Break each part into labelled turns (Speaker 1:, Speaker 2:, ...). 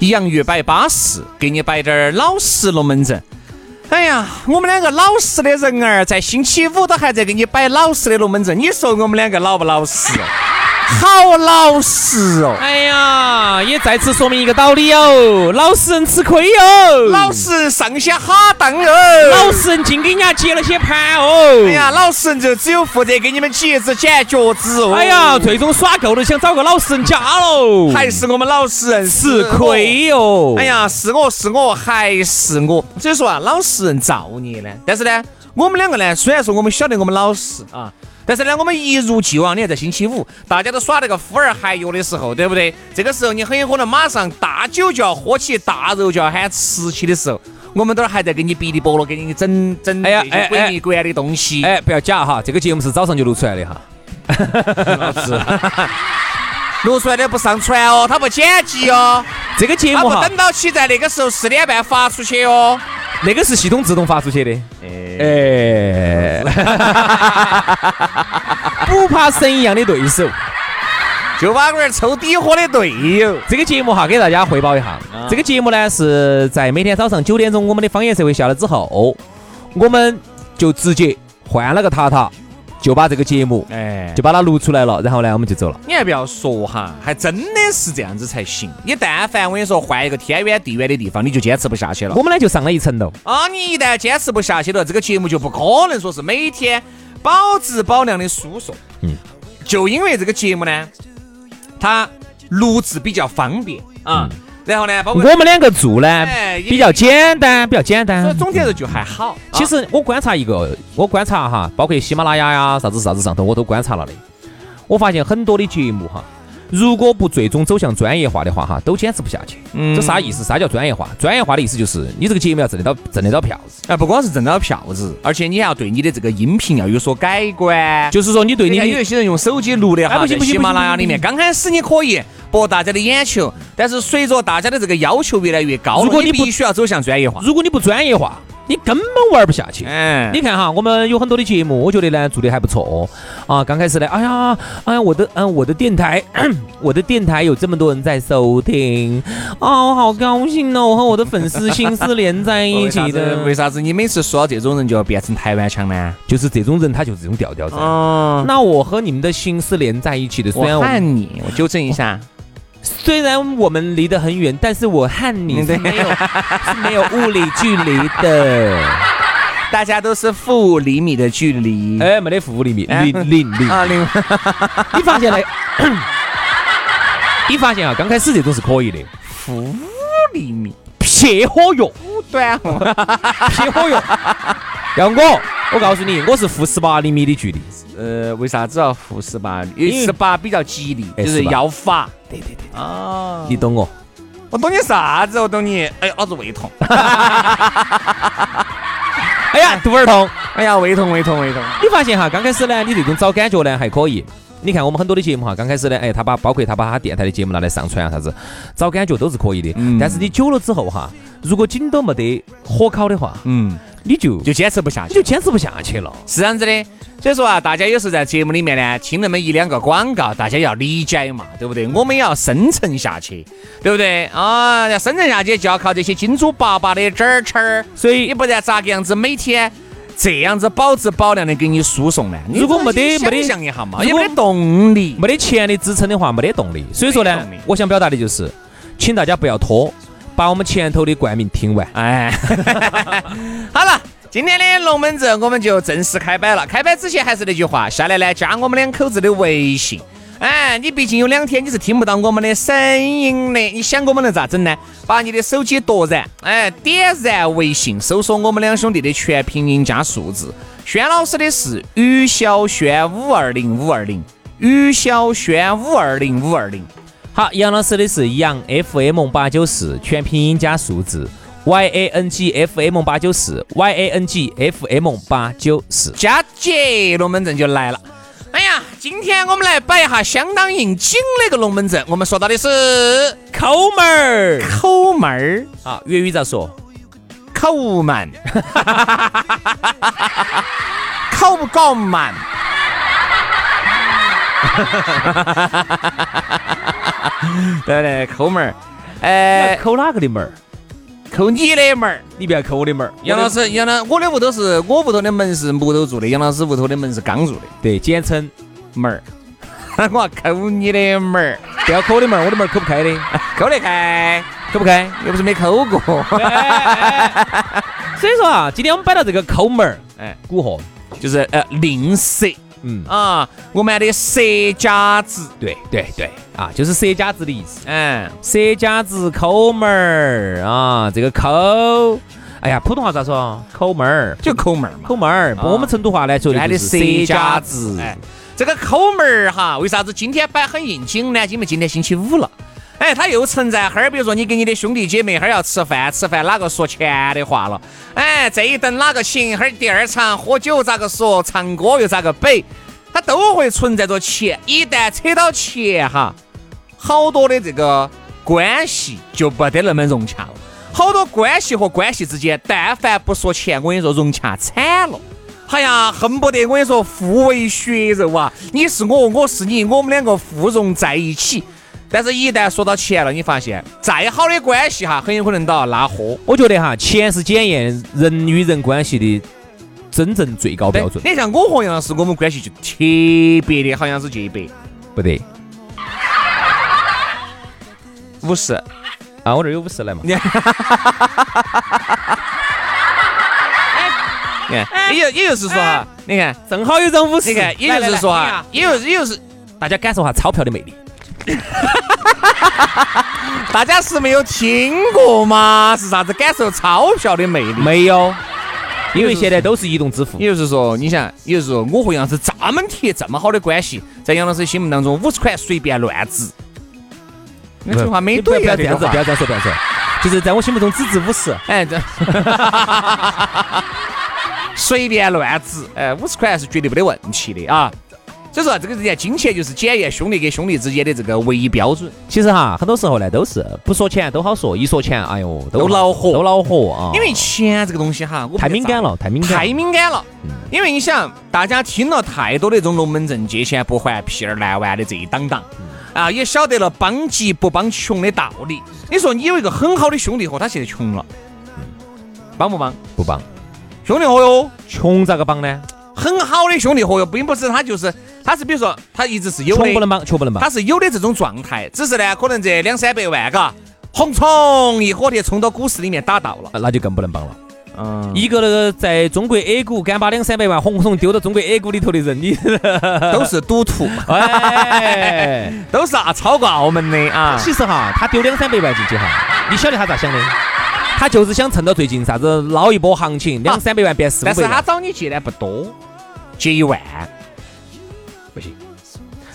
Speaker 1: 洋芋摆巴适，给你摆点儿老实龙门阵。哎呀，我们两个老实的人儿，在星期五都还在给你摆老实的龙门阵，你说我们两个老不老实？哦 好老实哦！
Speaker 2: 哎呀，也再次说明一个道理哟，老实人吃亏哟，
Speaker 1: 老实上下哈当哦！
Speaker 2: 老实人净给人家接了些盘哦。
Speaker 1: 哎呀，老实人就只有负责给你们起一只剪脚趾哦！
Speaker 2: 哎呀，最终耍够了，想找个老实人家喽，
Speaker 1: 还是我们老实人
Speaker 2: 吃亏哟。
Speaker 1: 哎，呀，是我是我还是我，所以说啊，老实人造孽呢。但是呢，我们两个呢，虽然说我们晓得我们老实啊，但是呢，我们一如既往。你看，在星期五大家都耍那个呼儿嗨哟的时候，对不对？这个时候你很有可能马上大酒就要喝起，大肉就要喊吃起的时候，我们都还在给你哔哩啵啰，给你整整
Speaker 2: 哎呀
Speaker 1: 这些
Speaker 2: 哎哎
Speaker 1: 鬼迷鬼眼的东西。
Speaker 2: 哎，不要假哈，这个节目是早上就录出来的哈。
Speaker 1: 录出来的不上传哦，他不剪辑哦，
Speaker 2: 这个节
Speaker 1: 他
Speaker 2: 目
Speaker 1: 不
Speaker 2: 哈，
Speaker 1: 等到起在那个时候四点半发出去哦。
Speaker 2: 那个是系统自动发出去的。哎， 不怕神一样的对手。
Speaker 1: 就把我儿抽底火的队友。
Speaker 2: 这个节目哈，给大家汇报一下。这个节目呢是在每天早上九点钟，我们的方言社会下了之后，我们就直接换了个塔塔，就把这个节目
Speaker 1: 哎
Speaker 2: 就把它录出来了，然后呢我们就走了。
Speaker 1: 你还不要说哈，还真的是这样子才行。你但凡我跟你说，换一个天远地远的地方，你就坚持不下去了
Speaker 2: 我。们呢就上了一层楼。
Speaker 1: 啊，你一旦坚持不下去了，这个节目就不可能说是每天保质保量的输送。嗯，就因为这个节目呢，它录制比较方便啊，
Speaker 2: 嗯
Speaker 1: 然后呢，包括
Speaker 2: 我们两个做呢
Speaker 1: 哎也
Speaker 2: 比较简单，比较
Speaker 1: 所
Speaker 2: 简单
Speaker 1: 以。总体来说就还好。啊
Speaker 2: 其实我观察一个，我观察哈，包括喜马拉雅呀、啥子啥子上头，我都观察了的。我发现很多的节目哈，如果不最终走向专业化的话哈，都坚持不下去。嗯，这啥意思？啥叫专业化？专业化的意思就是你这个节目要挣得到挣得到票子，
Speaker 1: 啊，不光是挣到票子，而且你还要对你的这个音频要有所改观。
Speaker 2: 就是说你对
Speaker 1: 你
Speaker 2: 你
Speaker 1: 看有
Speaker 2: 的
Speaker 1: 一些人用手机录的
Speaker 2: 哎
Speaker 1: 哈，
Speaker 2: 不
Speaker 1: 在
Speaker 2: 行不行
Speaker 1: 喜马
Speaker 2: 不行
Speaker 1: 拉雅
Speaker 2: 不
Speaker 1: 里
Speaker 2: 行
Speaker 1: 面，刚开始你可以博大家的眼球，但是随着大家的这个要求越来越高了，
Speaker 2: 如果
Speaker 1: 你
Speaker 2: 你不
Speaker 1: 必须要走向专业化。
Speaker 2: 如果你不专业化，你根本玩不下去。
Speaker 1: 哎，
Speaker 2: 你看哈，我们有很多的节目，我觉得呢做的还不错啊。刚开始呢，哎呀，哎呀，我的嗯，我的电台， 我的电台有这么多人在收听，哦，好高兴哦，我和我的粉丝心是连在一
Speaker 1: 为啥
Speaker 2: 起
Speaker 1: 子
Speaker 2: 的。
Speaker 1: 为啥子你每次说到这种人就要变成台湾腔呢？
Speaker 2: 就是这种人，他就是这种调调噻。
Speaker 1: 哦，
Speaker 2: 那我和你们的心是连在一起的，虽然
Speaker 1: 我
Speaker 2: 我
Speaker 1: 看
Speaker 2: 们
Speaker 1: 你，我纠正一下，
Speaker 2: 虽然我们离得很远，但是我和你 是没有是没有物理距离 的。
Speaker 1: 大家都是负五厘米的距离。
Speaker 2: 哎，没得负五厘米，
Speaker 1: 哎
Speaker 2: 零零零。
Speaker 1: 啊，另外
Speaker 2: 你发现没？你发现啊，刚开始这种是可以的，
Speaker 1: 负五厘米，
Speaker 2: 撇火药，
Speaker 1: 不
Speaker 2: 啊
Speaker 1: 短哦。
Speaker 2: 撇火 药。要我，我告诉你，我是负十八厘米的距离。
Speaker 1: 呃，为啥子要负十八？因
Speaker 2: 因
Speaker 1: 为
Speaker 2: 为
Speaker 1: 十八比较吉利，
Speaker 2: 哎
Speaker 1: 就是
Speaker 2: 18
Speaker 1: 要法。
Speaker 2: 对对对，
Speaker 1: 哦
Speaker 2: 你懂我。
Speaker 1: 我懂你啥子？我懂你。哎呀，老子胃痛。
Speaker 2: 哎呀，肚儿痛。
Speaker 1: 哎呀，胃痛，胃痛，胃痛。
Speaker 2: 你发现哈，刚开始呢，你这种找感觉呢还可以。你看我们很多的节目哈，刚开始呢，哎，他把包括他把他电台的节目拿来上传啊啥子，嗯找感觉都是可以的。但是你久了之后哈，如果筋都没得火烤的话，
Speaker 1: 嗯，
Speaker 2: 你就
Speaker 1: 就坚持不下
Speaker 2: 你
Speaker 1: 去
Speaker 2: 就。坚持不下去了。
Speaker 1: 是这样子的，所以说啊，大家有时候在节目里面呢，听那么一两个广告，大家要理解嘛，对不对？我们也要生存下去，对不对？啊，要生存下去就要靠这些金主爸爸的支儿吃儿，
Speaker 2: 所以
Speaker 1: 你不然咋个样子每天这样子保质保量的给你输送呢？
Speaker 2: 如果没得
Speaker 1: 你自己
Speaker 2: 没得
Speaker 1: 想象一下嘛，
Speaker 2: 如
Speaker 1: 也
Speaker 2: 果
Speaker 1: 没得动力。
Speaker 2: 没得钱的支撑的话，没得动力。所以说
Speaker 1: 没
Speaker 2: 呢
Speaker 1: 动力，
Speaker 2: 我想表达的就是，请大家不要拖，把我们前头的冠名听完。
Speaker 1: 哎，好了。今天的龙门阵我们就正式开摆了。开摆之前还是那句话，下来呢加我们两口子的微信。哎，你毕竟有两天你是听不到我们的声音的，你想我们能咋整呢？把你的手机夺燃，哎，点燃微信，搜索我们两兄弟的全拼音加数字。轩老师的是于小轩五二零五二零，于小轩五二零五二零。
Speaker 2: 好，杨老师的是杨 FM 八九四，全拼音加数字 Y A N G F M 八九四 Y A N G F M 八九四。
Speaker 1: 佳姐龙门阵就来了。哎呀，今天我们来摆一下相当应景的一个龙门阵。我们说到的是
Speaker 2: 抠门儿
Speaker 1: 抠门儿、
Speaker 2: 啊，粤语咋说？
Speaker 1: 抠门， 抠不够门。 对不对？抠门儿，
Speaker 2: 哎，
Speaker 1: 哎，
Speaker 2: 抠哪个的门儿？
Speaker 1: 抠你的门儿。
Speaker 2: 你不要抠我的门儿。
Speaker 1: 杨老，师，杨老，我的屋头是我屋头的门是木头做的，杨老师屋头的门是钢做的
Speaker 2: 对，简称
Speaker 1: 门儿。 我要抠你的门儿。
Speaker 2: 不要抠我的门儿，我的门儿抠不 开的，
Speaker 1: 抠得开，
Speaker 2: 抠不开。
Speaker 1: 又不是没抠过，
Speaker 2: 所以说啊，今天我们摆到这个抠门儿，
Speaker 1: 哎
Speaker 2: 哎，古惑，
Speaker 1: 就是呃吝啬
Speaker 2: 嗯，
Speaker 1: 啊，我们的舍家子，
Speaker 2: 对对对，啊，就是舍家子的意思。
Speaker 1: 嗯，
Speaker 2: 佘家子抠门儿啊，这个抠，哎呀，普通话咋说？抠门儿，
Speaker 1: 就抠门儿嘛，
Speaker 2: 抠门儿。
Speaker 1: 啊
Speaker 2: 我们成都话来说的
Speaker 1: 俺
Speaker 2: 就
Speaker 1: 的
Speaker 2: 是
Speaker 1: 舍
Speaker 2: 佘
Speaker 1: 家
Speaker 2: 家
Speaker 1: 子
Speaker 2: 子，，
Speaker 1: 哎，这个抠门儿哈，为啥子今天摆很应景呢？因为今天星期五了。哎，它又存在哈儿，比如说你跟你的兄弟姐妹哈儿要吃饭，吃饭哪个说钱的话了？哎，这一顿哪个请，哈儿第二场喝酒咋个说，唱歌又咋个摆，它都会存在着钱。一旦扯到钱哈，好多的这个关系就不得那么融洽了。好多关系和关系之间，但凡不说钱，我跟你说融洽惨了。哎呀，恨不得我跟你说互为血肉啊！你是我，我是你，我们两个互融在一起。但是，一旦说到钱了，你发现再好的关系哈，很有可能都要拉豁。
Speaker 2: 我觉得哈，钱是检验人与人关系的真正最高标准。
Speaker 1: 你像我和杨老师，我们关系就特别的，好像是这一百
Speaker 2: 不对
Speaker 1: 五十。
Speaker 2: 啊，我这儿有五十来嘛。
Speaker 1: 你看，哎也就也就是说 哈，你看，
Speaker 2: 正好有张五十，
Speaker 1: 你看，也就是说
Speaker 2: 来，来
Speaker 1: 哈
Speaker 2: 来，
Speaker 1: 也就是也就是，
Speaker 2: 大家感受下钞票的魅力。
Speaker 1: 大家是没有听过吗？是啥子感受钞票的魅力？
Speaker 2: 没有，因为现在都是移动支付。
Speaker 1: 也就是说，你想，也就是说，我和杨老师这么铁、这么好的关系，在杨老师心目当中，五十块随便乱指。那句话没
Speaker 2: 你不要
Speaker 1: 对呀、
Speaker 2: 不
Speaker 1: 这句话
Speaker 2: 要这样子，不要这样说，不要这样说，就是在我心目中只值五十。
Speaker 1: 哎，这 随便乱指，哎，五十块是绝对没得问题的啊。所以说，这个人家金钱就是检验兄弟跟兄弟之间的这个唯一标准。
Speaker 2: 其实哈，很多时候呢都是不说钱都好说，一说钱，哎呦，
Speaker 1: 都恼火
Speaker 2: 都恼火啊！
Speaker 1: 因为钱这个东西哈，我不
Speaker 2: 太
Speaker 1: 得
Speaker 2: 敏感了，太敏感，
Speaker 1: 太敏感了。
Speaker 2: 嗯
Speaker 1: 因为你想，大家听了太多那种龙门阵借钱不还、屁儿难完的这一档档，
Speaker 2: 嗯
Speaker 1: 啊，也晓得了帮急不帮穷的道理。你说你有一个很好的兄弟伙，他现在穷了，
Speaker 2: 嗯
Speaker 1: 帮不帮？
Speaker 2: 不帮。
Speaker 1: 兄弟伙哟，
Speaker 2: 穷咋个帮呢？
Speaker 1: 很好的兄弟伙哟，并不是他就是他是比如说他一直是有
Speaker 2: 穷不
Speaker 1: 的，
Speaker 2: 能帮，穷不能帮
Speaker 1: 他。是有的这种状态，只是呢，可能这两三百万嘎，红冲一火铁冲到股市里面打到 了，
Speaker 2: 啊那就更不能帮了。
Speaker 1: 嗯，
Speaker 2: 一个那个在中国 A 股敢把两三百万红红丢到中国 A 股里头的人，你
Speaker 1: 都是赌徒。
Speaker 2: 哎，
Speaker 1: 都是啊，超过澳门的啊。
Speaker 2: 其实哈，他丢两三百万进去哈，你晓得他咋想的？他就是想趁到最近啥子捞一波行情，两三百万变四
Speaker 1: 但
Speaker 2: 五
Speaker 1: 是
Speaker 2: 百
Speaker 1: 他
Speaker 2: 万，
Speaker 1: 找你借呢不多，借一万。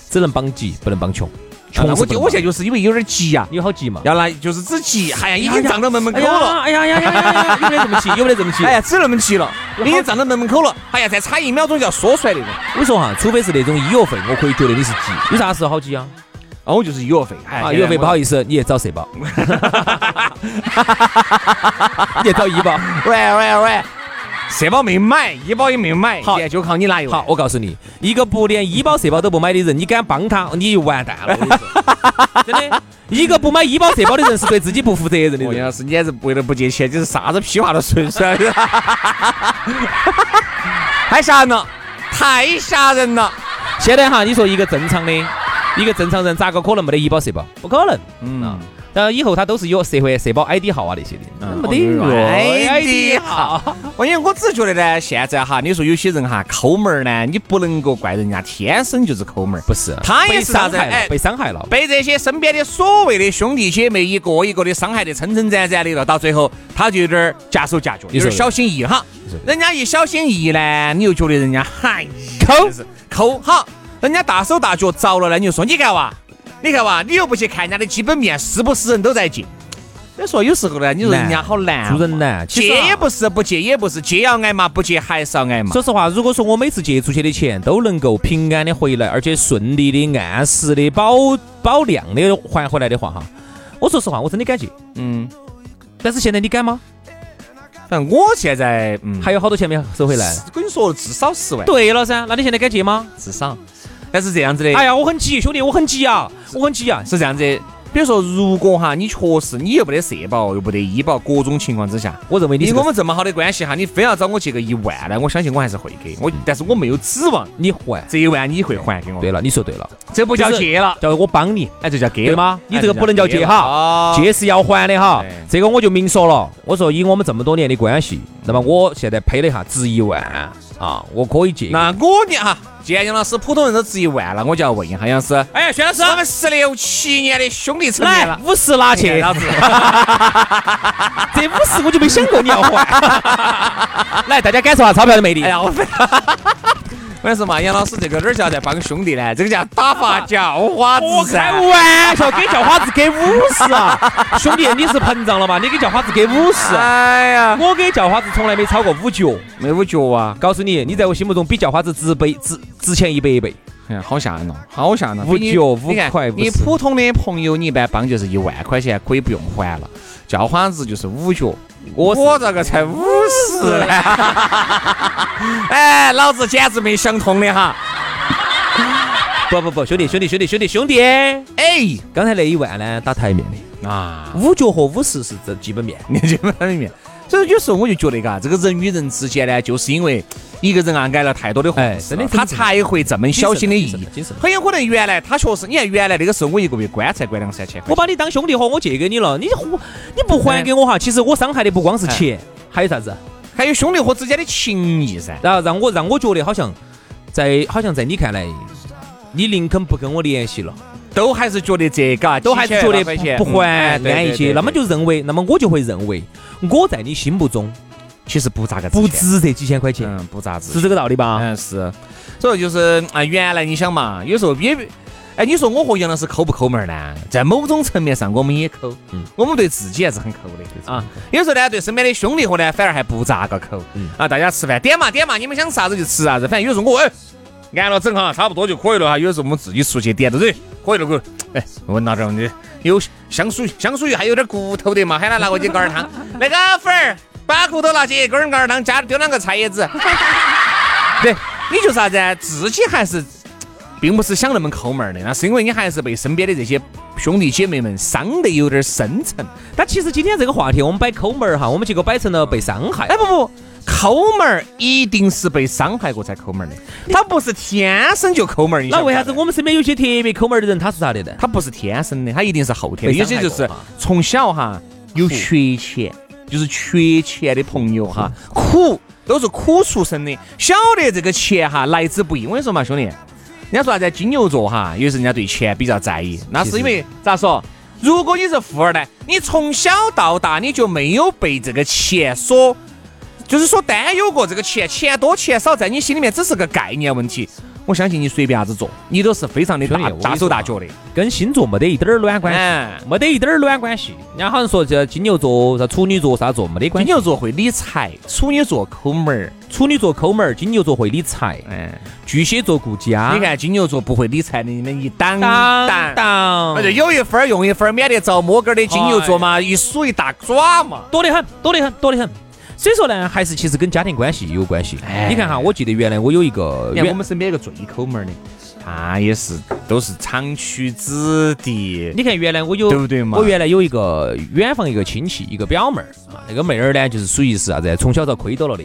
Speaker 2: 只能帮急，不能帮穷。穷
Speaker 1: 啊我
Speaker 2: 是不
Speaker 1: 就
Speaker 2: 能
Speaker 1: 我现在
Speaker 2: 帮
Speaker 1: 就是因为有点急呀、
Speaker 2: 你有好急嘛？
Speaker 1: 要来就是只急，哎呀，已
Speaker 2: 哎
Speaker 1: 经
Speaker 2: 呀
Speaker 1: 站到门门口
Speaker 2: 哎呀
Speaker 1: 了。
Speaker 2: 哎呀呀呀呀呀！有没得这么急？有没得这么急？
Speaker 1: 哎呀，只那么急了，已经站到门门口了。哎呀，再差一秒钟就要说出来那种。
Speaker 2: 我说哈，除非是那种医药费，我可以觉得你是急，有啥事好急啊？
Speaker 1: 啊，我就是医药费，哎
Speaker 2: 啊，医药费不好，意思，你也找社保，你也找医保，
Speaker 1: 喂喂喂，社保没买，医保也没买，
Speaker 2: 好
Speaker 1: 现在就靠你拿一万。
Speaker 2: 好，，我告诉你，一个不连医保社保都不买的人，你敢帮他，你就完蛋了。我跟你说真的，一个不买医保社保的人是对自己不负责任的
Speaker 1: 王
Speaker 2: 人。
Speaker 1: 老师，你哎还是为了不借钱，就是啥子屁话都顺出 来的，太吓人了，太吓人了。
Speaker 2: 现在哈，你说一个正常的，一个正常人咋个可能没得医保社保？不可能。嗯。啊然后以后他都是有社会社保 ID 号啊那些的，没得
Speaker 1: 哦有
Speaker 2: ID
Speaker 1: ID
Speaker 2: 号。
Speaker 1: 我因为我只是觉得呢，现在哈，你说有些人哈抠门儿呢，你不能够怪人家天生就是抠门儿，
Speaker 2: 不是，
Speaker 1: 他也
Speaker 2: 被
Speaker 1: 是啥
Speaker 2: 伤
Speaker 1: 子？
Speaker 2: 害
Speaker 1: 哎
Speaker 2: 了，，被伤害了。
Speaker 1: 被这些身边的所谓的兄弟姐妹一个一个的伤害得撑撑展展的了，到最后他就有点儿夹手夹脚，有点儿小心翼翼哈。人家一小心翼翼呢，你又觉得人家嗨抠抠好，人家大手大脚着了呢，你就说你看哇，你看哇，你又不去看人家的基本面，是不是人都在借？所以说有时候呢，你说人家好难啊，
Speaker 2: 做人难。其实
Speaker 1: 借
Speaker 2: 啊
Speaker 1: 也不是，不借也不是，借要挨骂，不借还是要挨骂。
Speaker 2: 说实话，如果说我每次借出去的钱都能够平安的回来，而且顺利的、按时的、保保量的还回来的话，哈，我说实话，我真的敢借。
Speaker 1: 嗯，
Speaker 2: 但是现在你敢吗？
Speaker 1: 反正我现在嗯，
Speaker 2: 还有好多钱没收回来。
Speaker 1: 跟你说至少十万，
Speaker 2: 对了噻，那你现在敢借吗？
Speaker 1: 至少。但是这样子的，
Speaker 2: 哎呀，我很急，兄弟，我很急啊，我很急啊。
Speaker 1: 是这样子的。比如说，如果哈，你确实你又没得社保，又没得医保，各种情况之下，
Speaker 2: 我认为你
Speaker 1: 你
Speaker 2: 是
Speaker 1: 跟我
Speaker 2: 个，
Speaker 1: 们这么好的关系哈，你非要找我借个一万呢，我相信我还是会给我，但是我没有指望
Speaker 2: 你还。
Speaker 1: 这一万你会还给我。
Speaker 2: 对，了，你说对了，
Speaker 1: 这不叫借了，
Speaker 2: 叫我帮你，
Speaker 1: 哎，这叫啊给
Speaker 2: 对
Speaker 1: 了
Speaker 2: 吗？你这个不能叫哦借哈。
Speaker 1: 哈
Speaker 2: 借是要还的哈
Speaker 1: 对，
Speaker 2: 这个我就明说了。我说以我们这么多年的关系，那么我现在赔了一下，值一万啊，我可以借给你。
Speaker 1: 那我呢哈，既然杨老师普通人都值一万了，我就要问一下杨老师，
Speaker 2: 哎呀，薛老师
Speaker 1: 我们十六七年的兄弟成员
Speaker 2: 来
Speaker 1: 了，
Speaker 2: 五十拿去，
Speaker 1: 老子
Speaker 2: 这五十我就没想过你要还。 来，大家感受下钞票的魅力
Speaker 1: 哎。呀，我我跟你说嘛，杨老师这个哪儿叫在帮兄弟呢？这个叫打发叫花
Speaker 2: 我
Speaker 1: 子
Speaker 2: 开
Speaker 1: 噻。
Speaker 2: 玩笑，给叫花子给五十 啊！兄弟，你是膨胀了嘛？你给叫花子给五十，啊
Speaker 1: 哎呀，
Speaker 2: 我给叫花子从来没超过五角。
Speaker 1: 没有觉啊，
Speaker 2: 告诉你，你在我心目中比叫花子值倍值值钱一百倍。
Speaker 1: 哎呀，好吓人哦，好吓人哦！
Speaker 2: 五
Speaker 1: 你
Speaker 2: 九五
Speaker 1: 你看
Speaker 2: 块五
Speaker 1: 你
Speaker 2: 十
Speaker 1: 普通的朋友，你一般帮就是一万块钱可以不用还了，叫花子就是五角。
Speaker 2: 我是
Speaker 1: 我这个才五十 呢，哎，老子简直没想通的哈！
Speaker 2: 不不不，兄弟兄弟兄弟兄弟兄弟，
Speaker 1: 哎，
Speaker 2: 刚才那一万呢，打台面的，
Speaker 1: 啊，
Speaker 2: 五角和五十是这基本面。
Speaker 1: 你就在里面。所以有时候我就觉得，嘎，这个人与人之间呢，就是因为一个人啊挨了太多的祸，
Speaker 2: 哎真的
Speaker 1: 他才会这么小心的
Speaker 2: 谨
Speaker 1: 翼
Speaker 2: 慎
Speaker 1: 翼
Speaker 2: 谨慎。
Speaker 1: 很有可能原来他确实，你看原来那个时候我一个月关才关两三千块
Speaker 2: 我，把你当兄弟伙，我借给你了，你还你不还给我哈，其实我伤害的不光是
Speaker 1: 哎
Speaker 2: 钱，还有啥子？
Speaker 1: 还有兄弟伙之间的情谊噻。
Speaker 2: 然后让我让我觉得好像在好像在你看来，你宁肯不跟我联系了，
Speaker 1: 都还是觉得这嘎，
Speaker 2: 都还是觉得
Speaker 1: 700块钱
Speaker 2: 不不还
Speaker 1: 嗯对
Speaker 2: 安
Speaker 1: 对
Speaker 2: 逸
Speaker 1: 对
Speaker 2: 些，
Speaker 1: 对
Speaker 2: 那么就认为，那么我就会认为我在你心目中
Speaker 1: 其实不咋个
Speaker 2: 不
Speaker 1: 钱，
Speaker 2: 值这几千块钱，
Speaker 1: 嗯，不咋值
Speaker 2: 是这个道理吧？
Speaker 1: 嗯是，所以就是啊，原来你想嘛，有时候也，哎，你说我和杨老师抠不抠门儿呢？在某种层面上，我们也抠，
Speaker 2: 嗯
Speaker 1: 我们对自己还是很抠的啊。有时候呢，对身边的兄弟伙呢，反而还不咋个抠
Speaker 2: 嗯
Speaker 1: 啊。大家吃饭点嘛点嘛，你们想吃啥子就吃啥子，反正有时候我哎。按了整哈，差不多就可以了哈。有时候我们自己出去点都是可以了，可以了。哎，闻到这种的有香酥香酥鱼，还有点骨头的嘛，喊他拿过去搞点汤。那个粉儿，把骨头拿起，搞点搞点汤，加丢两个菜叶子。对，你就啥子啊？自己还是并不是想那么抠门儿的，那是因为你还是被身边的这些兄弟姐妹们伤得有点深沉。
Speaker 2: 但其实今天这个话题，我们摆抠门儿哈，我们结果摆成了被伤害
Speaker 1: 哎，。不不，抠门儿一定是被伤害过才抠门儿的，他不是天生就抠门儿。你
Speaker 2: 那
Speaker 1: 晓
Speaker 2: 为
Speaker 1: 不
Speaker 2: 啥
Speaker 1: 晓
Speaker 2: 子
Speaker 1: 得
Speaker 2: 我们身边有些特别抠门儿的人，他是咋的呢？
Speaker 1: 他不是天生的，他一定是后天的。
Speaker 2: 被
Speaker 1: 有
Speaker 2: 伤害
Speaker 1: 些就是
Speaker 2: 过哈
Speaker 1: 从小哈有缺钱，就是缺钱的朋友哈，苦都是苦出身的，晓得这个钱哈来之不易。我跟你说嘛，兄弟，人家说啥子金牛座哈，有时人家对钱比较在意，那
Speaker 2: 其实
Speaker 1: 是因为咋说？如果你是富二代，你从小到大你就没有被这个钱所就是说担忧过这个钱，钱多钱少，在你心里面只是个概念问题。我相信你随便啥子做，你都是非常的
Speaker 2: 兄弟
Speaker 1: 大
Speaker 2: 我跟你
Speaker 1: 大手
Speaker 2: 说
Speaker 1: 大
Speaker 2: 啊
Speaker 1: 脚的。
Speaker 2: 跟星座没得一点儿卵关系。
Speaker 1: 哎，
Speaker 2: 没得一点儿卵关系，人家好像说这金牛座、啥处女座、啥座没得关
Speaker 1: 金
Speaker 2: 系。
Speaker 1: 牛座会理财，处女座抠门儿。
Speaker 2: 处女座抠门儿，金牛座会理财，
Speaker 1: 哎，
Speaker 2: 巨蟹座顾家。
Speaker 1: 你看金牛座不会理财的，你们一当
Speaker 2: 当当
Speaker 1: 那就有一分儿哦用一分儿，免得遭摸根儿的金牛座嘛，一数一大爪嘛。
Speaker 2: 多得很，多得很，多得很。所以说呢，还是其实跟家庭关系有关系。你看哈，我记得原来我有一个
Speaker 1: 哎你看我
Speaker 2: 原，
Speaker 1: 们身边有个最抠门儿的，他啊也是都是厂区子弟，
Speaker 2: 你看原来我有
Speaker 1: 对不对嘛
Speaker 2: 我原来有一个远房一个亲戚，一个表妹儿啊，那个妹儿呢就是属于是啥子，啊从小遭亏到了的。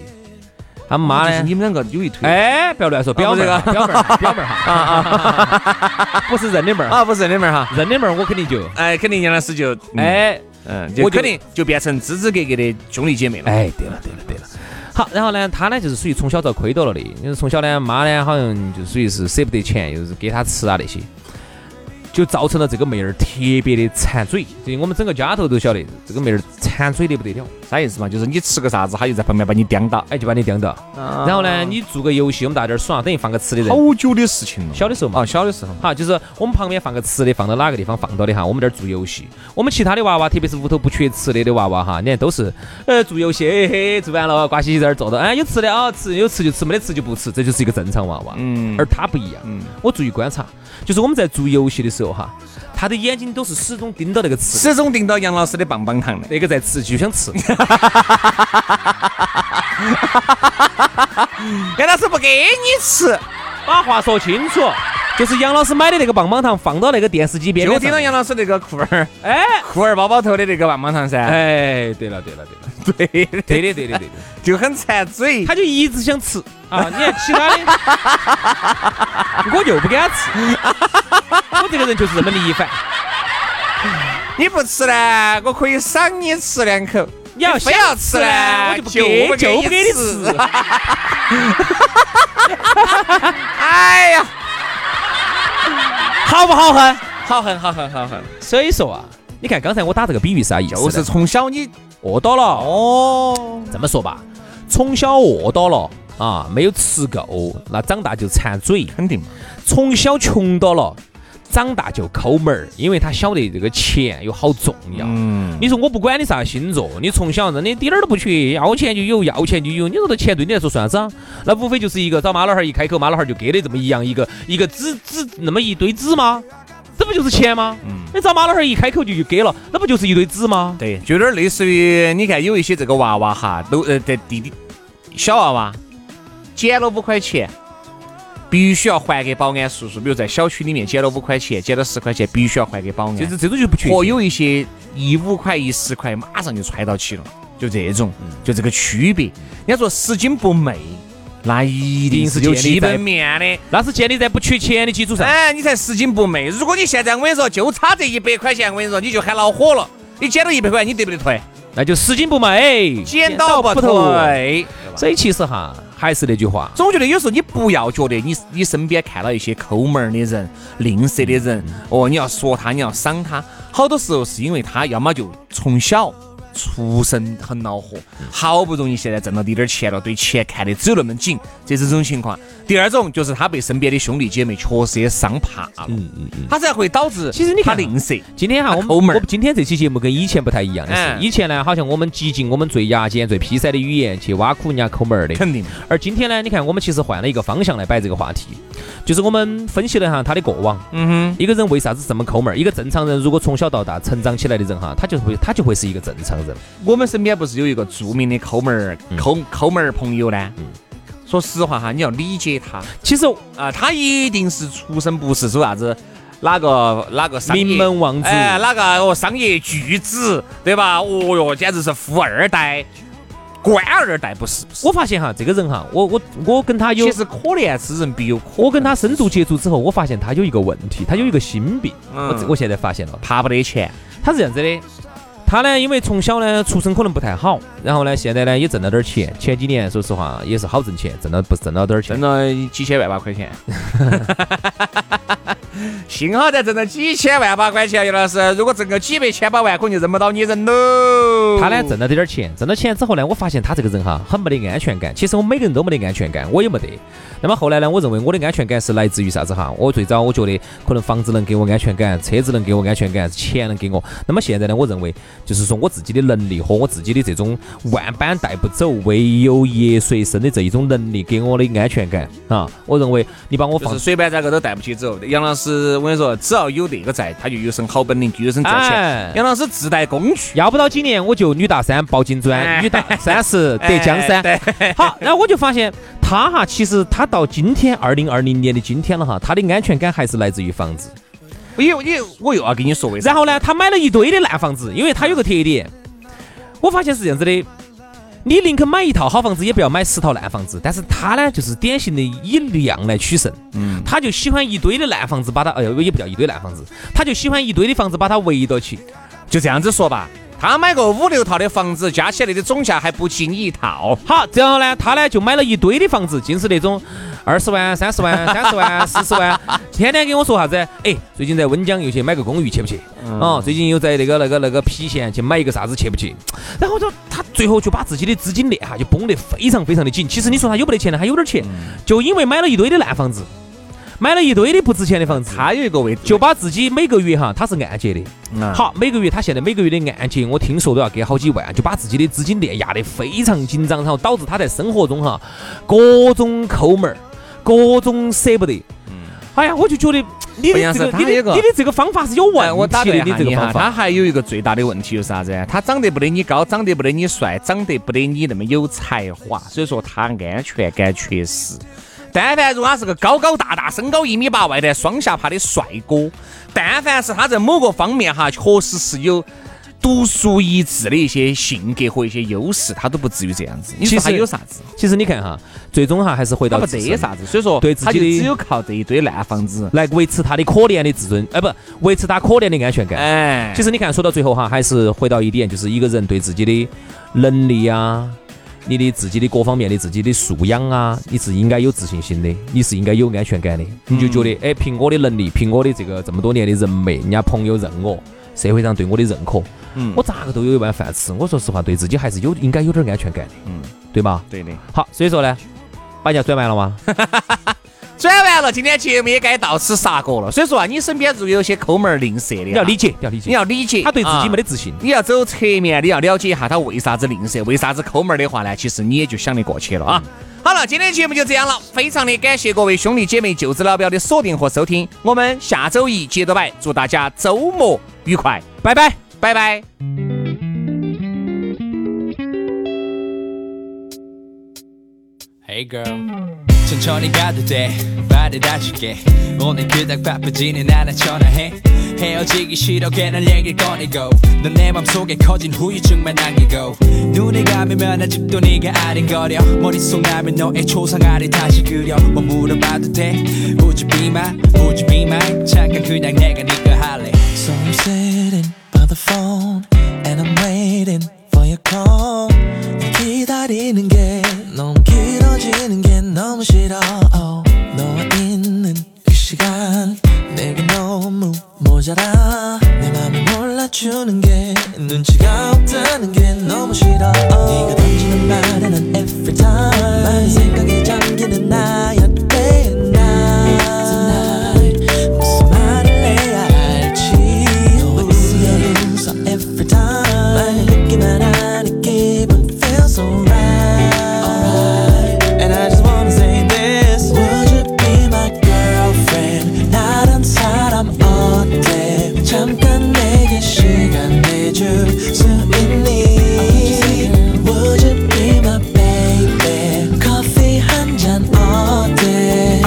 Speaker 2: 他妈
Speaker 1: 啊就是
Speaker 2: 呢？
Speaker 1: 你们啊两个有一腿。
Speaker 2: 哎，不要乱说，表妹儿哈，表妹 儿哈，表妹儿哈，啊啊， 不是认的妹儿哈，
Speaker 1: 啊，不是的妹儿哈，
Speaker 2: 认的妹儿我肯定就，
Speaker 1: 哎，肯定杨老师就，哎，
Speaker 2: 哎，
Speaker 1: 嗯，就
Speaker 2: 我
Speaker 1: 肯
Speaker 2: 就
Speaker 1: 定就变成支支格格的兄弟姐妹了。
Speaker 2: 哎，对了对了对了。好，然后呢，他呢就是属于从小遭亏到了的，因为从小呢，妈呢好像就属于是舍不得钱，又是给他吃啊那些，就造成了这个妹儿特别的馋嘴，这我们整个家头都晓得，这个妹儿馋嘴的不得了，
Speaker 1: 啥意思嘛？就是你吃个啥子，他就在旁边把你叼到。
Speaker 2: 哎，就把你盯到。然后呢，你做个游戏，我们大家点儿耍，等于放个吃的人。
Speaker 1: 好久的事情了。
Speaker 2: 小的时候嘛，
Speaker 1: 哦，小的时候，
Speaker 2: 好，就是我们旁边放个吃的，放到哪个地方放到的哈，我们这儿做游戏。我们其他的娃娃，特别是屋头不缺吃的的娃娃哈，你看都是呃做游戏，嘿嘿，做完了，呱唧唧在那儿坐着，哎，有吃的啊、吃有吃就吃，没得吃就不吃，这就是一个正常娃娃。
Speaker 1: 嗯
Speaker 2: 而他不一样，
Speaker 1: 嗯
Speaker 2: 我注意观察，就是我们在做游戏的时候哈，他的眼睛都是始终盯到那个吃的，
Speaker 1: 始终盯到杨老师的棒棒糖的。
Speaker 2: 那个在吃就想 吃，
Speaker 1: 杨老师不给你吃，
Speaker 2: 把话说清楚。就是杨老师买的那个棒棒糖放到那个电视机边
Speaker 1: 就
Speaker 2: 边
Speaker 1: 哎盯到
Speaker 2: 上，
Speaker 1: 杨老师那个裤儿
Speaker 2: 哎
Speaker 1: 裤儿包包头的那个棒棒糖噻，
Speaker 2: 哎，对了对了对了，
Speaker 1: 对的，
Speaker 2: 对的对的对的。
Speaker 1: 就很馋嘴。
Speaker 2: 他就一直想吃啊！你看其他的， 我又不给他吃，我这个人就是这么逆反。
Speaker 1: 你不吃呢，我可以赏你吃两口。
Speaker 2: 你要
Speaker 1: 非
Speaker 2: 想啊
Speaker 1: 要吃呢
Speaker 2: 我就不给，
Speaker 1: 我就
Speaker 2: 就
Speaker 1: 不
Speaker 2: 不
Speaker 1: 给
Speaker 2: 给
Speaker 1: 你
Speaker 2: 你
Speaker 1: 吃
Speaker 2: 吃。
Speaker 1: 哎呀，
Speaker 2: 好不好恨？
Speaker 1: 好狠，好狠，好狠！
Speaker 2: 所以说啊，你看刚才我打这个比喻啥意思呢？
Speaker 1: 就是从小你
Speaker 2: 饿到了，
Speaker 1: 哦，
Speaker 2: 这么说吧，从小饿到了啊，没有吃够，那长大就馋嘴；
Speaker 1: 肯定嘛，
Speaker 2: 从小穷到了，长大就抠门儿，因为他晓得这个钱有好重要。
Speaker 1: 嗯，
Speaker 2: 你说我不管你啥星座，你从小真的滴点儿都不缺，要钱就有，要钱就有。你说这钱对你来说算啥子啊？那无非就是一个找妈老汉儿一开口，妈老汉儿就给的这么一样一个一个纸纸那么一堆纸吗？这不就是钱吗？你找妈老汉儿一开口就就给了，那不就是一堆纸吗？
Speaker 1: 对，就有点类似于你看有一些这个娃娃哈，都呃在弟弟小娃娃捡了五块钱。必须要还给保安叔叔，比如在小区里面捡了五块钱，捡了十块钱，必须要还给保安。
Speaker 2: 就是这种就不缺
Speaker 1: 或
Speaker 2: 钱。
Speaker 1: 哦有一些一五块、一十块，马上就揣到起了，就这种，就这个区别。人家说拾金不昧，那一定是有基本面的。
Speaker 2: 那是建立在不缺钱的基础上。
Speaker 1: 哎，你才拾金不昧。如果你现在我跟你说，就差这一百块钱，我跟你说，你就喊恼火了。你捡到一百块，你得不得退？
Speaker 2: 那就拾金不哎昧，
Speaker 1: 捡到不退。
Speaker 2: 所以其实哈，还是那句话，
Speaker 1: 总觉得有时候你不要觉得你你身边看到一些抠门儿的人、吝啬的人，哦，你要说他，你要赏他，好多时候是因为他要么就从小出身很恼火，好不容易现在挣到滴点儿钱了，对钱看得只有那么紧，这是一种情况。第二种就是他被身边的兄弟姐妹确实也伤怕了，嗯嗯嗯，他才会导致
Speaker 2: 其实你
Speaker 1: 他
Speaker 2: 看
Speaker 1: 吝啬，
Speaker 2: 今天哈，我
Speaker 1: 啊抠
Speaker 2: 们
Speaker 1: 门儿
Speaker 2: 我们今天这期节目跟以前不太一样的
Speaker 1: 嗯
Speaker 2: 是，以前呢，好像我们极尽我们最牙尖、最披散的语言去挖苦人家抠门儿 的。
Speaker 1: 肯定
Speaker 2: 而今天呢，你看我们其实换了一个方向来摆这个话题，就是我们分析了一下他的过往。嗯哼，一个人为啥子这么抠门儿？一个正常人如果从小到大成长起来的人哈，他就会他就会是一个正常人。
Speaker 1: 我们身边不是有一个著名的抠门儿抠抠门儿朋友呢？说实话哈，你要理解他。
Speaker 2: 其实
Speaker 1: 啊，他一定是出身不是说啥子哪个哪个商业
Speaker 2: 名门望族
Speaker 1: 哎，哪个哦商业巨子，对吧？哦哟，简直是富二代、官二代，不是不是。
Speaker 2: 我发现哈，这个人哈，我我我跟他有
Speaker 1: 其，实可怜之人必有可
Speaker 2: 我跟他深度接触之后，我发现他有一个问题，他有一个心病。
Speaker 1: 嗯
Speaker 2: 我这我现在发现了。
Speaker 1: 怕不得钱，
Speaker 2: 他是这样子的，他呢，因为从小呢出身可能不太好，然后呢，现在呢也挣了点儿钱。前几年说实话也是好挣钱，挣了不是挣了点儿钱
Speaker 1: 挣。了几千万把块 钱。幸好才挣了几千万把块钱，杨老师，如果挣个几百千把万，可能就认不到你人喽。
Speaker 2: 他呢挣了点儿钱，挣了钱之后呢，我发现他这个人哈很没得安全感。其实我们每个人都没得安全感，我也没得。那么后来呢，我认为我的安全感是来自于啥子哈？我最早我觉得可能房子能给我安全感，车子能给我安全感，钱能给我。那么现在呢，我认为就是说我自己的能力和我自己的这种万般带不走，唯有业随身的这一种能力给我的安全感啊。我认为你把我
Speaker 1: 就
Speaker 2: 放
Speaker 1: 是随便咋个都带不起走。杨老师师，我跟你说，只要有那个在，他就有身好本领，就有身赚
Speaker 2: 哎
Speaker 1: 钱。杨老师自带工具，
Speaker 2: 要不到几年我就女大三抱金砖，
Speaker 1: 哎
Speaker 2: 女大三十得江山。
Speaker 1: 哎对
Speaker 2: 好，然后我就发现他哈，其实他到今天二零二零年的今天了哈，他的安全感还是来自于房子。
Speaker 1: 因为因为我又要跟你说为啥？
Speaker 2: 然后呢，他买了一堆的烂房子，因为他有个特点，我发现是这样子的。你宁肯买一套好房子，也不要买十套烂房子。但是他呢，就是典型的以量来取胜，嗯，他就喜欢一堆的烂房子，把它，哎呦，也不叫一堆烂房子，他就喜欢一堆的房子把它围到起。
Speaker 1: 就这样子说吧，他买个五六套的房子，加起来的总价还不及你一套。
Speaker 2: 好，然后呢，他呢就买了一堆的房子，尽是那种二十万、三十万、三十万、四十万，天天跟我说啥子？哎，最近在温江又去买个公寓，去不去？哦，最近又在那个那个那个郫县去买一个啥子，去不去？然后就他最后就把自己的资金链哈就绷得非常非常的紧。其实你说他有没得钱呢？他有点钱，就因为买了一堆的烂房子，买了一堆的不值钱的房子，
Speaker 1: 他有一个位置，
Speaker 2: 就把自己每个月哈，他是按揭的，
Speaker 1: 好，
Speaker 2: 好，每个月他现在每个月的按揭，我听说都要给好几万，就把自己的资金链压得非常紧张，然后导致他在生活中哈各种抠门儿，各种舍不得。哎呀，我就觉得
Speaker 1: 嗯不
Speaker 2: 你
Speaker 1: 一
Speaker 2: 的
Speaker 1: 样
Speaker 2: 这
Speaker 1: 是
Speaker 2: 个
Speaker 1: 他
Speaker 2: 你的
Speaker 1: 有个
Speaker 2: 你的这个方法是有
Speaker 1: 哎我
Speaker 2: 问
Speaker 1: 打
Speaker 2: 题
Speaker 1: 断一
Speaker 2: 的，你
Speaker 1: 下
Speaker 2: 这个
Speaker 1: 你哈，
Speaker 2: 方
Speaker 1: 他
Speaker 2: 法。
Speaker 1: 还有一个最大的问题就是啥子？他长得不得你高，长得不得你帅，长得不得你那么有才华，所以说他安全感缺失。但凡如果他是个高高大大、身高一米八、外带双下巴的帅哥，但凡是他在某个方面哈，确实是有独树一帜的一些性格和一些优势，他都不至于这样子。你说
Speaker 2: 其实
Speaker 1: 他有啥子？
Speaker 2: 其实你看哈，最终哈还是回
Speaker 1: 他
Speaker 2: 到
Speaker 1: 不
Speaker 2: 自
Speaker 1: 得
Speaker 2: 身
Speaker 1: 啥子，所以说
Speaker 2: 对自
Speaker 1: 他就
Speaker 2: 己的
Speaker 1: 只有靠这一堆烂房子。
Speaker 2: 来维持他的可怜的自尊，哎不，维持他可怜的安全感。
Speaker 1: 哎，
Speaker 2: 其实你看，说到最后哈，还是回到一点，就是一个人对自己的能力啊，你的自己的各方面的自己的素养啊，你是应该有自信心的，你是应该有安全感的。你就觉
Speaker 1: 嗯
Speaker 2: 得，哎，凭我的能力，凭我的这个这么多年的人脉，人家朋友认我，社会上对我的认可，
Speaker 1: 嗯
Speaker 2: 我咋个都有一碗饭吃。我说实话，对自己还是有应该有点安全感的，
Speaker 1: 嗯
Speaker 2: 对吧？
Speaker 1: 对的。
Speaker 2: 好，所以说呢，把人家转完了吗？
Speaker 1: 哎转完了，今天节目也该到此杀过了。所以说啊，你身边如果有些抠门儿吝啬的啊，
Speaker 2: 你要理解，你要理解，
Speaker 1: 你要理解，
Speaker 2: 他对自己没得
Speaker 1: 啊。
Speaker 2: 自信。
Speaker 1: 你要走侧面，你要了解一下他为啥子吝啬，为啥子抠门儿的话呢？其实你也就想得过去了啊。好了，今天的节目就这样了，非常的感谢各位兄弟姐妹、舅子老表的锁定和收听，我们下周一接着摆，祝大家周末愉快，拜拜，拜拜。
Speaker 3: Hey girl 천천히 가도 돼 말을 다 줄게 오늘 그닥 바쁘지는 않아 전화해 헤어지기 싫어 괜한 얘길 꺼내고 넌 내 맘속에 커진 후유증만 남기고 눈이 감으면 아직도 네가 아른거려 머릿속 나면 너의 초상화를 다시 그려 뭐 물어봐도 돼 Would you be my, would you be my 잠깐 그냥 내가 네거 할래
Speaker 4: So I'm sitting by the phone and I'm waiting for your call. 널 기다리는 게 너무 길어지는 게 너무 싫어. Oh, 너와 있는 그 시간 내게 너무 모자라. 내 맘을 몰라주는 게 눈치가 없다는 게 너무 싫어. Oh, 네가 던지는 말에 난 every time 많은 생각에 잠기는 나였 day and night. 무슨 말을 해야 할지 너와 있으면 웃어 every time 많이 듣기만 하는 기분 feels alright And I just wanna say this Would you be my girlfriend 다른 사람 어때 잠깐 내게 시간 내줄 수 있니 Would you be my baby 커피 한 잔 어때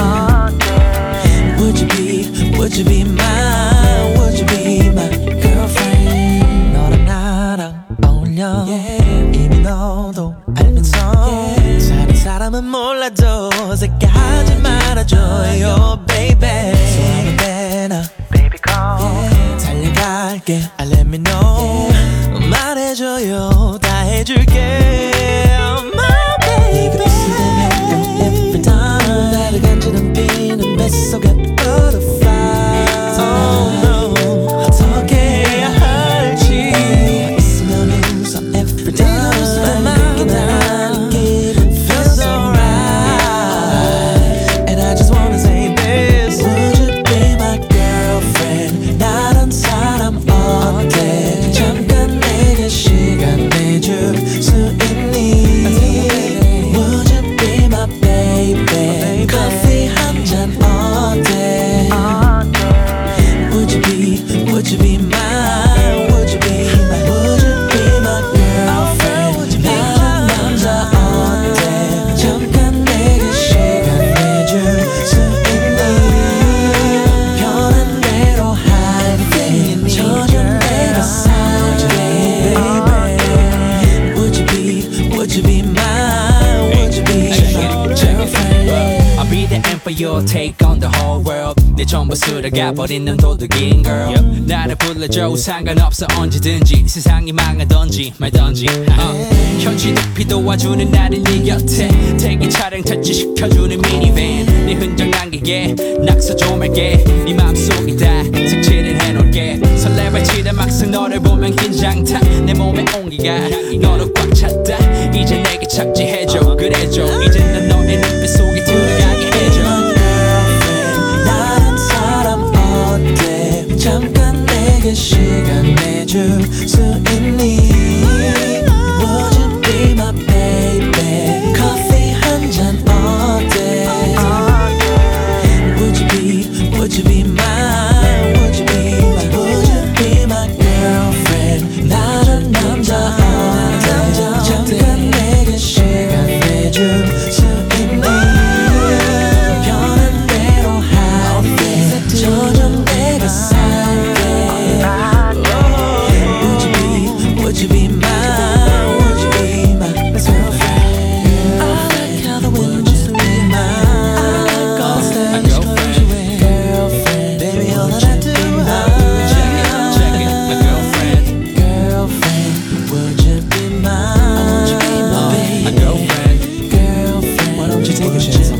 Speaker 4: Would you be, would you be my, would you be my girlfriend? 너랑 나랑 어울려. 이미 너도 알면서. 다른 사람은 몰라도 어색해하지 말아줘요, baby. 소화하면 되나? Yeah. 달려갈게, I let me know. 말해줘요, 다 해줄게. My baby. Every time 나를 간지는 피는 뱃속에 butterfly. Oh no, 어떻게 해야 할지. 있으면 웃어 every time. 난 느끼는 나는 기분 feels alright. And I just wanna say this. Would you be my girlfriend? 다른 사람 어때? 잠깐 내게 시간 내줄 수 있니?
Speaker 2: for your take on the whole world 내 전부 쓸어가버리는 도둑인 girl 나를 불러줘 상관없어 언제든지 세상이 망하던지 말던지 uh. 현지 높이 도와주는 나를 네 곁에 대기 차량 차지시켜주는 미니밴 네 흔적 남기게 낙서 좀 할게 네 맘속에 다 색칠을 해놓을게 설레발 치다 막상 너를 보면 긴장타 내 몸에 온기가 너로 꽉 찼다 이제 내게 착지해줘 그래줘 이제 난 너의 눈빛 속에 들어가게
Speaker 4: 그
Speaker 2: 해줘
Speaker 4: 이런 girlfriend 나란 사람 어때 그 잠깐 내게 시간 내줄 수 있니 Would you be my baby 커피 한 잔 어때 Would you be Would you be my Would you be my Would you be my girlfriend 나란 남자 어때 잠깐 내게 시간 내줄 수 있니 변한 대로 할게 점점 내가 살게 Would you be, would you be my, would you be my girlfriend I like how the wind just be my constant girlfriend Baby all that I do
Speaker 2: Check it, my girlfriend,
Speaker 4: Girlfriend, would you be my, would you be my
Speaker 2: girlfriend
Speaker 4: girlfriend? Why don't you take a chance